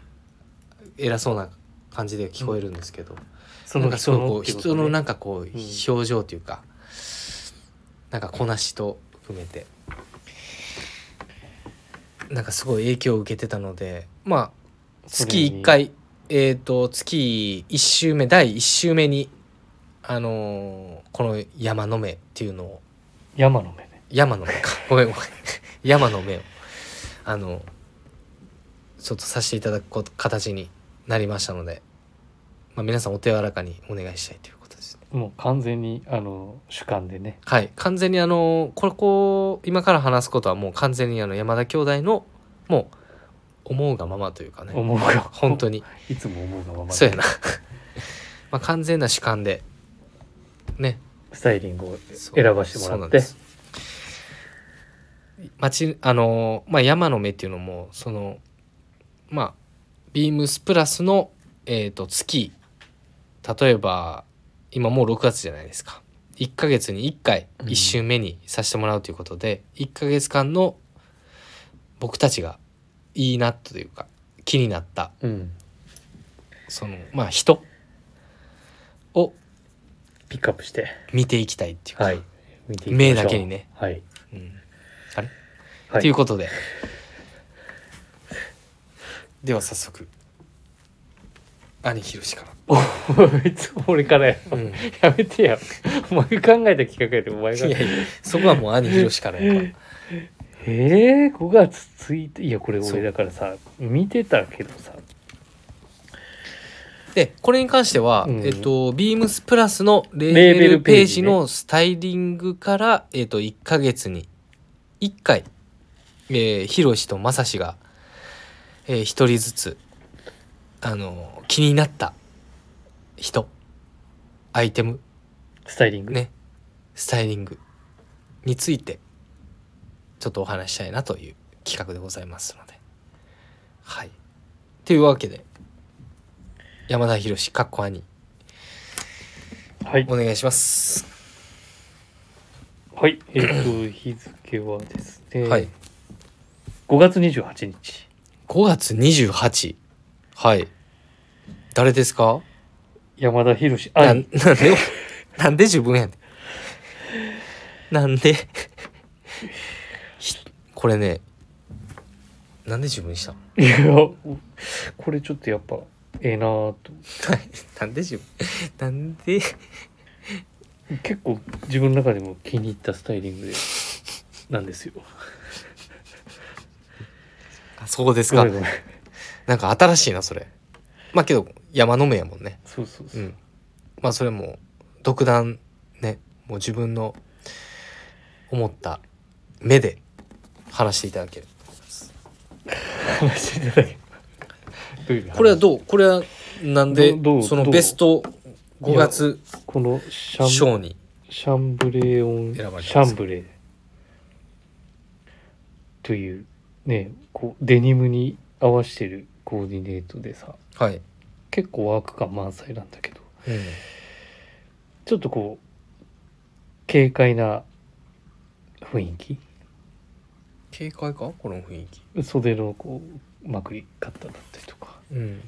Speaker 2: 偉そうな感じで聞こえるんですけど、
Speaker 1: そ
Speaker 2: なんかすごいこう
Speaker 1: ってこ
Speaker 2: 人
Speaker 1: とね
Speaker 2: のなんかこう表情というか、なんかこなしと含めてなんかすごい影響を受けてたのでまあ
Speaker 1: それ
Speaker 2: 月
Speaker 1: に
Speaker 2: 1回えっ、と月1週目第1週目にあのーこの「山の目」っていうのを
Speaker 1: 山の目ね
Speaker 2: 山の目か *laughs* ごめんごめん山の目をあのちょっとさせていただくこと形になりましたので、まあ、皆さんお手柔らかにお願いしたいということですね
Speaker 1: もう完全にあの主観でね
Speaker 2: はい完全にあのこれこう今から話すことはもう完全にあの山田兄弟のもう思うがままというかね
Speaker 1: 思うが
Speaker 2: 本当に
Speaker 1: いつも思うがままで
Speaker 2: そうやな *laughs* まあ完全な主観でね
Speaker 1: スタイリングを
Speaker 2: そう
Speaker 1: 選ばしても
Speaker 2: そうな
Speaker 1: らっ
Speaker 2: んで
Speaker 1: て
Speaker 2: す町あのーまあ、山の目っていうのもそのまあビームスプラスの、えー、と月例えば今もう6月じゃないですか1ヶ月に1回
Speaker 1: うん
Speaker 2: 1週目にさせてもらうということで、1ヶ月間の僕たちがいいなというか気になった
Speaker 1: うん、
Speaker 2: そのまあ人を
Speaker 1: ピックアップして
Speaker 2: 見ていきたいっていうか、
Speaker 1: はい見ていきましょう
Speaker 2: 目だけにね、
Speaker 1: はい
Speaker 2: うん、あれ
Speaker 1: は
Speaker 2: という
Speaker 1: い
Speaker 2: ことででは早速兄ひろしから、
Speaker 1: い *laughs* つも俺からやろ
Speaker 2: うん、い
Speaker 1: やめてやお前が考えた企画やでお前
Speaker 2: や
Speaker 1: が
Speaker 2: いやそこはもう兄ひろしからや *laughs* から
Speaker 1: えー、5月1日いやこれ
Speaker 2: そう
Speaker 1: 俺だからさ見てたけどさ
Speaker 2: でこれに関しては、
Speaker 1: うん
Speaker 2: えっとビームスプラスのレー
Speaker 1: レー
Speaker 2: ベ
Speaker 1: ベ
Speaker 2: ル
Speaker 1: ル
Speaker 2: ペ
Speaker 1: ペ
Speaker 2: ー
Speaker 1: ー
Speaker 2: ジ
Speaker 1: ジね
Speaker 2: のスタイリングから、えっと1ヶ月に1回、えー、ヒロシとマサシが、えー、1人ずつあの気になった人アイテム
Speaker 1: スタイリング、
Speaker 2: ねスタイリングについてちょっとお話ししたいなという企画でございますのではいというわけで山田博士かっこ兄
Speaker 1: はい
Speaker 2: お願いします
Speaker 1: はいえっ、
Speaker 2: *coughs*
Speaker 1: と日付はですね、
Speaker 2: はい
Speaker 1: 5月28日
Speaker 2: 5月28はい誰ですか
Speaker 1: 山田博士
Speaker 2: な
Speaker 1: あ
Speaker 2: なん *laughs* でなんで自分やねんなんで *laughs* ひこれねなんで自分にした
Speaker 1: いやおこれちょっとやっぱええなぁと
Speaker 2: はい *laughs* なんで自分なんで
Speaker 1: 結構自分の中でも気に入ったスタイリングでなんですよ
Speaker 2: あそうです
Speaker 1: ご
Speaker 2: か
Speaker 1: めんごめん
Speaker 2: なんか新しいなそれまあけど山の目やもんね
Speaker 1: そうそうそうう、
Speaker 2: んまあそれも独断ねもう自分の思った目で話していただける
Speaker 1: 話していただけどういう話
Speaker 2: これはどうこれはなんで
Speaker 1: どどう
Speaker 2: その
Speaker 1: どう
Speaker 2: ベスト5月
Speaker 1: このシャン
Speaker 2: 賞に
Speaker 1: シャンブレーオン
Speaker 2: 選ばれてます
Speaker 1: シャンブレーというねこうデニムに合わしてるコーディネートでさ
Speaker 2: はい、
Speaker 1: 結構ワーク感満載なんだけど
Speaker 2: うん、
Speaker 1: ちょっとこう軽快な雰囲気
Speaker 2: 警戒かこの雰囲気
Speaker 1: 袖のこうまくり方だったりとか
Speaker 2: うん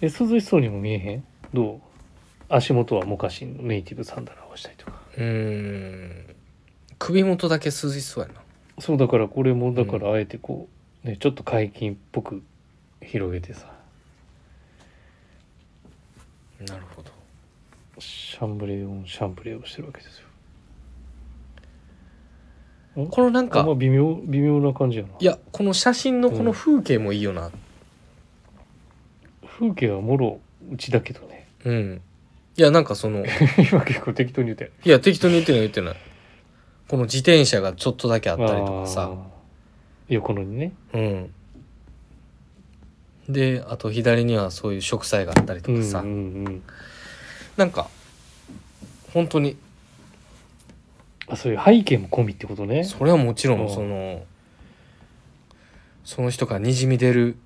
Speaker 1: え涼しそうにも見えへんどう足元はモカシンのネイティブサンダルをしたりとか
Speaker 2: うーん首元だけ涼しそうやな
Speaker 1: そうだからこれもだからあえてこう、ねちょっと解禁っぽく広げてさ
Speaker 2: なるほど
Speaker 1: シャンブレーオンシャンブレーをしてるわけですよ
Speaker 2: このなん
Speaker 1: あ
Speaker 2: か
Speaker 1: んま微妙微妙な感じやない
Speaker 2: やこの写真のこの風景もいいよな
Speaker 1: 風景はもろうちだけどね *laughs*
Speaker 2: うん、いやなんかその *laughs*
Speaker 1: 今結構適当に言ったよ
Speaker 2: いや適当に言ってない言ってないこの自転車がちょっとだけあったりとか
Speaker 1: あー
Speaker 2: さ
Speaker 1: 横のにね
Speaker 2: うんであと左にはそういう植栽があったりとかさ、
Speaker 1: うんうんうん
Speaker 2: なんか本当に
Speaker 1: あそういう背景も込みってことね
Speaker 2: それはもちろ
Speaker 1: うんん
Speaker 2: そのその人がにじみ出る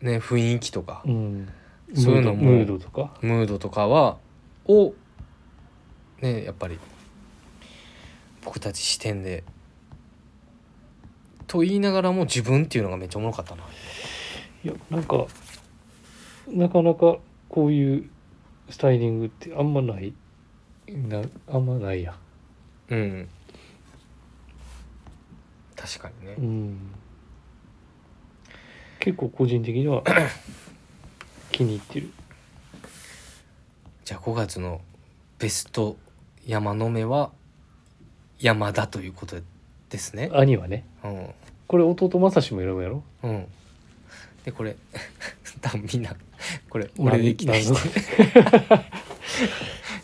Speaker 2: ね雰囲気とか
Speaker 1: うん
Speaker 2: そういうのも
Speaker 1: ムードムードとか
Speaker 2: ムードとかはをねやっぱり僕たち視点でと言いながらも自分っていうのがめっちゃおもろかったない
Speaker 1: やなんかなかなかこういうスタイリングってあんまないなあんまないや
Speaker 2: うん確かにね
Speaker 1: うん結構個人的に
Speaker 2: *laughs*
Speaker 1: は気に入ってる
Speaker 2: じゃあ5月のベスト山の目は山だということですね
Speaker 1: 兄はね
Speaker 2: うん
Speaker 1: これ弟正志も選ぶやろ
Speaker 2: うん。で、これ、 *laughs* 多分みんな、これ、俺で期待
Speaker 1: な
Speaker 2: して。
Speaker 1: *laughs*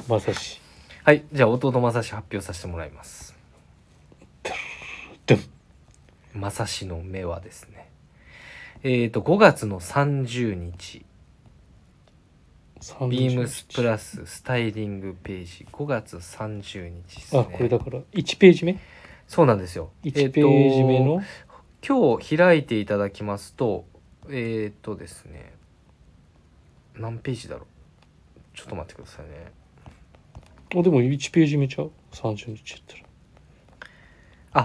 Speaker 1: 正志
Speaker 2: はい、じゃあ、弟正志発表させてもらいます。
Speaker 1: ドゥン
Speaker 2: 正志の目はですね、えっ、と、5月の30日、ビームスプ
Speaker 1: ス
Speaker 2: ラススタイリングページ、5月30日です
Speaker 1: あ
Speaker 2: ね。
Speaker 1: これだから1ページ目
Speaker 2: そうなんですよ。
Speaker 1: 1ページ目
Speaker 2: えっ
Speaker 1: の、
Speaker 2: と今日開いていただきますとえーっとですね何ページだろうちょっと待ってくださいね。
Speaker 1: あでも1ページ目ちゃう30日やったら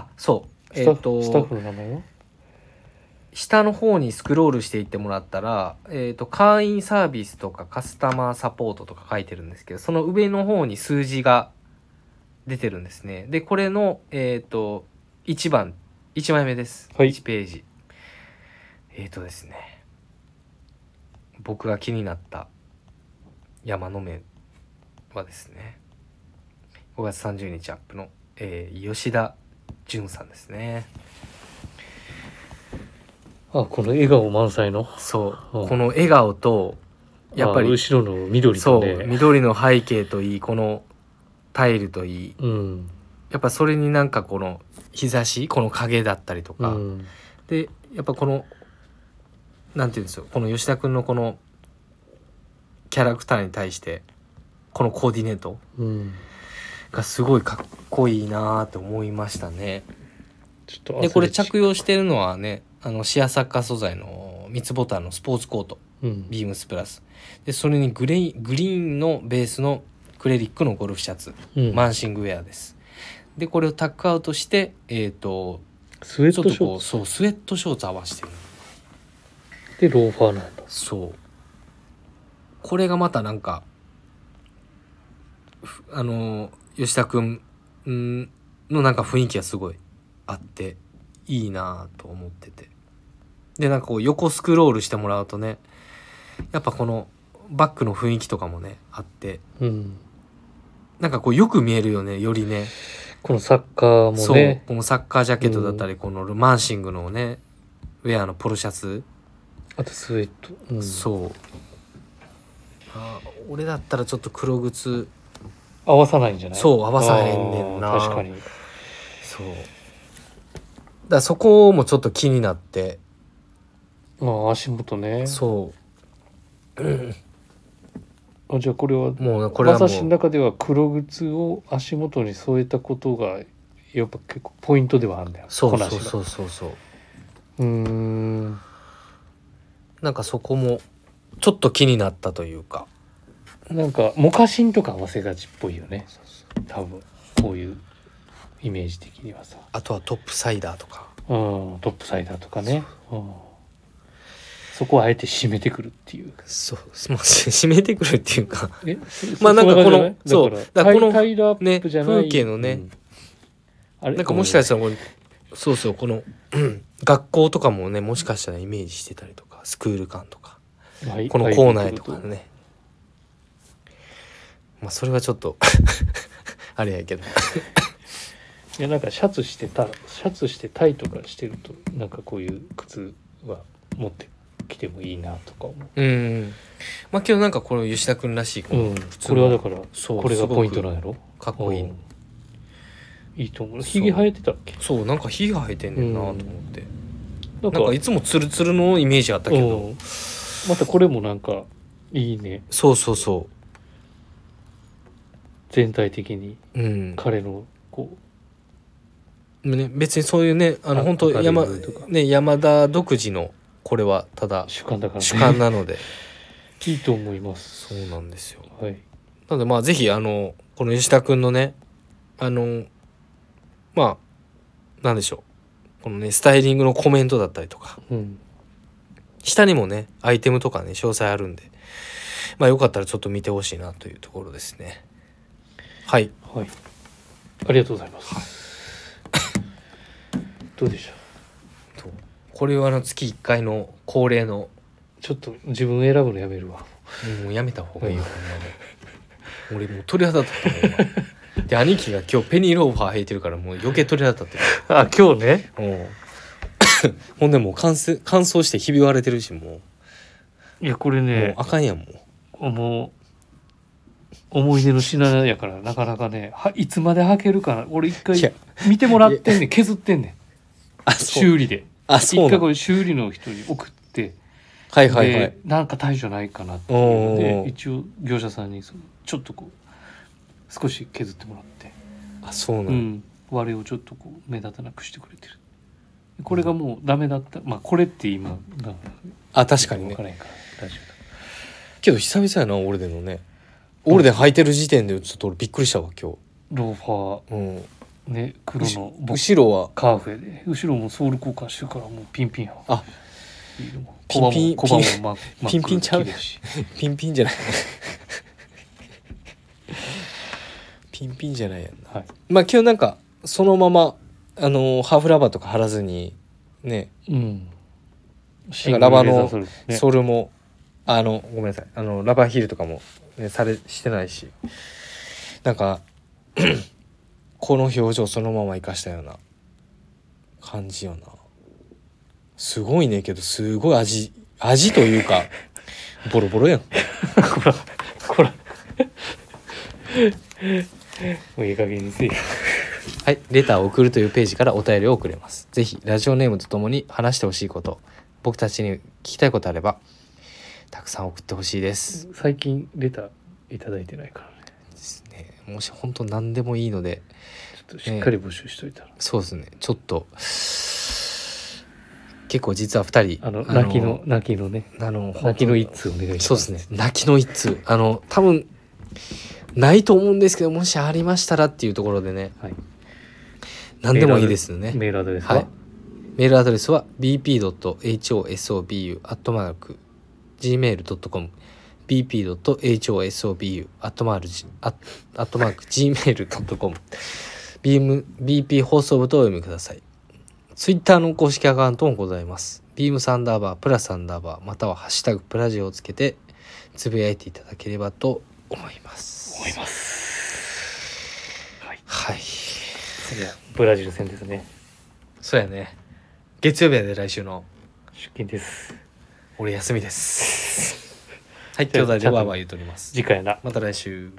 Speaker 2: あそう
Speaker 1: ス
Speaker 2: え
Speaker 1: タ
Speaker 2: ー
Speaker 1: ッ
Speaker 2: っ
Speaker 1: フ、スタッ
Speaker 2: と
Speaker 1: フの名前は
Speaker 2: 下の方にスクロールしていってもらったら、えー、と会員サービスとかカスタマーサポートとか書いてるんですけどその上の方に数字が出てるんですねでこれの、えー、と1番1枚目です、
Speaker 1: はい
Speaker 2: 1ページえっ、ー、とですね僕が気になった山の面はですね5月30日アップの、えー吉田淳さんですね
Speaker 1: あこの笑顔満載の
Speaker 2: そう、
Speaker 1: うん
Speaker 2: この笑顔とやっぱ
Speaker 1: あ
Speaker 2: り
Speaker 1: 後ろの緑
Speaker 2: そ
Speaker 1: と
Speaker 2: う
Speaker 1: ね
Speaker 2: 緑の背景といいこのタイルといい
Speaker 1: うん
Speaker 2: やっぱそれになんかこの日差しこの影だったりと
Speaker 1: う
Speaker 2: か、
Speaker 1: ん
Speaker 2: でやっぱこのなんて言うんですよこの吉田君のこのキャラクターに対してこのコーディネート
Speaker 1: うん
Speaker 2: がすごいかっこいいなーって思いましたね。
Speaker 1: ちょっと
Speaker 2: でこれ着
Speaker 1: 用
Speaker 2: 用してるのはねあのシアサッカー素材の三つボタンのスポーツコート
Speaker 1: うん
Speaker 2: ビームスプラスでそれにグレイグリーンのベースのクレリックのゴルフシャツ、
Speaker 1: うん
Speaker 2: マンシングウェアですでこれをタックアウトしてえっ、と
Speaker 1: スウェ
Speaker 2: ちょ
Speaker 1: ット
Speaker 2: っと
Speaker 1: シ
Speaker 2: こ
Speaker 1: ョ
Speaker 2: うそうスウェットショーツ合わせてる
Speaker 1: ーツでローファーなんだ
Speaker 2: そうこれがまたなんかふあの吉田君んのなんか雰囲気がすごいあっていいなぁと思っててでなんかこう横スクロールしてもらうとねやっぱこのバックの雰囲気とかもねあって
Speaker 1: うん
Speaker 2: なんかこうよく見えるよねよりね
Speaker 1: このサッカーも
Speaker 2: そう
Speaker 1: ね
Speaker 2: このサッカージャケットだったり、このマンシングのねウェアのポロシャツ
Speaker 1: あとスウェット、うん、
Speaker 2: そうあー俺だったらちょっと黒靴
Speaker 1: 合わさないんじゃない
Speaker 2: そう合わさへんねんな
Speaker 1: あー確かに
Speaker 2: そうだからそこもちょっと気になって
Speaker 1: まあ足元ね
Speaker 2: そ
Speaker 1: あじゃあこれは
Speaker 2: うもうこ
Speaker 1: こ
Speaker 2: れ
Speaker 1: れは
Speaker 2: はも
Speaker 1: まさしの
Speaker 2: う
Speaker 1: 中では黒靴を足元に添えたことがやっぱ結構ポイントではあるんだよ
Speaker 2: そう
Speaker 1: こなし
Speaker 2: そう
Speaker 1: が
Speaker 2: そうそうそう
Speaker 1: うーん
Speaker 2: なんかそこもちょっと気になったというか
Speaker 1: なんかモカシンとか合わせがちっぽいよね多分こういうイメージ的にはさ、
Speaker 2: あとはトップサイダーとか
Speaker 1: うん、トップサイダーとかねそ,、うん、そこはあえて締めてくるっていう
Speaker 2: そうまあし締めてくるっていうか
Speaker 1: え
Speaker 2: まあなんかこの
Speaker 1: そ
Speaker 2: そう
Speaker 1: だ
Speaker 2: だ
Speaker 1: か
Speaker 2: から
Speaker 1: こ
Speaker 2: らこ
Speaker 1: の
Speaker 2: の
Speaker 1: タイルアップじゃない、
Speaker 2: ね風景のね
Speaker 1: うんあれ
Speaker 2: なんかもしかしたらこれそうそうこのうん学校とかもねもしかしたらイメージしてたりとかスクール感とか
Speaker 1: はい
Speaker 2: この
Speaker 1: はい
Speaker 2: 校内とか
Speaker 1: というこ
Speaker 2: ねまあそれはちょっと *laughs* あれやけど
Speaker 1: といやなんかシャツしてたシャツしてタイとかしてるとなんかこういう靴は持ってきてもいいなとか思う、
Speaker 2: うんまあ今日なんかこの吉田君らしい
Speaker 1: う
Speaker 2: この
Speaker 1: ん、
Speaker 2: 通
Speaker 1: これはだから
Speaker 2: そう
Speaker 1: これが
Speaker 2: すごく
Speaker 1: ポイントなんやろ
Speaker 2: かっこいい、
Speaker 1: うんいいと思う
Speaker 2: そう
Speaker 1: ひげ生えてたっけ
Speaker 2: そうなんか火が入ってんねんなと思って、
Speaker 1: なん
Speaker 2: なんかいつもツルツルのイメージあったけど、
Speaker 1: うんまたこれもなんかいいね
Speaker 2: そうそうそ
Speaker 1: 全体的に
Speaker 2: ううん
Speaker 1: 彼のこ
Speaker 2: ね、別にそういうねあの
Speaker 1: あ
Speaker 2: 本当
Speaker 1: 明るい
Speaker 2: 山,、
Speaker 1: 部分とか
Speaker 2: ね、山田独自のこれはた
Speaker 1: う
Speaker 2: だ
Speaker 1: 主観だから、ね、
Speaker 2: 主観なので
Speaker 1: *laughs* いいと思います
Speaker 2: そうなんですよ
Speaker 1: はい
Speaker 2: なのでまあぜひあのこの吉田君のねあのまあなんでしょうこのねスタイリングのコメントだったりとか
Speaker 1: うん
Speaker 2: 下にもねアイテムとかね詳細あるんでまあよかったらちょっと見てほしいなというところですねはい
Speaker 1: はいありがとうございます、 *coughs* どうでした
Speaker 2: とこれはあの月1回の恒例の
Speaker 1: ちょっと自分選ぶのやめるわ
Speaker 2: もうやめた方がいいよ
Speaker 1: は
Speaker 2: ほんまに俺もう鳥肌立ったもん今で兄貴が今日ペニーローファー履いてるからもう余計鳥肌立ってる
Speaker 1: あ今日ね
Speaker 2: うん *coughs* ほんでもう乾燥乾燥してひび割れてるしも
Speaker 1: いやこれ
Speaker 2: う,、もう
Speaker 1: ね
Speaker 2: あかんやんもう
Speaker 1: もう思い出の品やからなかなかねはいつまで履けるかな俺一
Speaker 2: いや
Speaker 1: 回見てもらってんねん削ってんねん
Speaker 2: あそう
Speaker 1: 修理で
Speaker 2: あ
Speaker 1: 一
Speaker 2: そうな
Speaker 1: 回
Speaker 2: の
Speaker 1: これ修理の人に送って
Speaker 2: はいはいは
Speaker 1: で
Speaker 2: い
Speaker 1: なんか対処ないかなっていうの
Speaker 2: お
Speaker 1: で
Speaker 2: ー
Speaker 1: 一応業者さんにそのちょっとこう少し削ってもらって
Speaker 2: あそうな
Speaker 1: う
Speaker 2: の、
Speaker 1: ん割れをちょっとこう目立たなくしてくれてるこれがもうダメだった、まあこれって今なんか
Speaker 2: あ確かに
Speaker 1: わ
Speaker 2: ね
Speaker 1: からへんから大丈夫だ
Speaker 2: けど久々やなオールデンのねオールデン履いてる時点でちょっと俺びっくりしたわ今
Speaker 1: ローファ
Speaker 2: 日、うん、
Speaker 1: ーね黒
Speaker 2: 後
Speaker 1: のボ
Speaker 2: 後ろは
Speaker 1: カーフェで後ろもソール交換してるからもうピンピンやわ
Speaker 2: あ
Speaker 1: いいのも
Speaker 2: ピンピン
Speaker 1: 小判も小判もま真っ
Speaker 2: *laughs* ピンピン
Speaker 1: 真っ黒で
Speaker 2: ちゃう
Speaker 1: 綺麗やし
Speaker 2: ピンピンじゃない *laughs* ピンピンじゃないやんな
Speaker 1: はい
Speaker 2: まあ今日なんかそのままあのーハーフラバーとか貼らずにね
Speaker 1: うんシ
Speaker 2: ラバーの
Speaker 1: ソールね
Speaker 2: ソールもあのごめんなさいあのラバーヒールとかも、ね、されしてないしなんか *clears throat* この表情そのまま生かしたような感じよなすごいねけどすごい味味という *laughs* かボロボロや
Speaker 1: *laughs*
Speaker 2: ん
Speaker 1: こら、こ
Speaker 2: *laughs*
Speaker 1: ら。もういい加減にせえよ。
Speaker 2: はい、レターを送るというページからお便りを送れます。ぜひ、ラジオネームとともに話してほしいこと、僕たちに聞きたいことあれば、たくさん送ってほしいです。
Speaker 1: 最近レターいただいてないからね。
Speaker 2: ですね。もし本当何でもいいので、
Speaker 1: ちょっとしっかり募集しといたら。
Speaker 2: そうですね、ちょっと、結構実は2人、
Speaker 1: あの、泣きの、、泣きのね。
Speaker 2: あの、
Speaker 1: 泣
Speaker 2: 本当
Speaker 1: き
Speaker 2: に
Speaker 1: の一通お願いします。
Speaker 2: そうですね。泣きの一通。あの、多分、ないと思うんですけど、もしありましたらっていうところでね、
Speaker 1: はい。
Speaker 2: 何でもいいですよね。
Speaker 1: メールアドレス
Speaker 2: は。。
Speaker 1: はい
Speaker 2: メールアドレスは bp.hosobu.gmail.com bp.hosobu.gmail.com beam bp 放送部とお読みください。ツイッターの公式アカウントもございます。ビームサンダーバー、プラサンダーバー、またはハッシュタグプラジオをつけてつぶやいていただければと思います。
Speaker 1: 思います。はい。
Speaker 2: はい。
Speaker 1: ブラジル戦ですね。
Speaker 2: そうやね。月曜日やで来週の。
Speaker 1: 出勤です。
Speaker 2: *laughs* 俺休みです。はい、兄弟でバーバー言うとります。
Speaker 1: 次回な。
Speaker 2: また来週。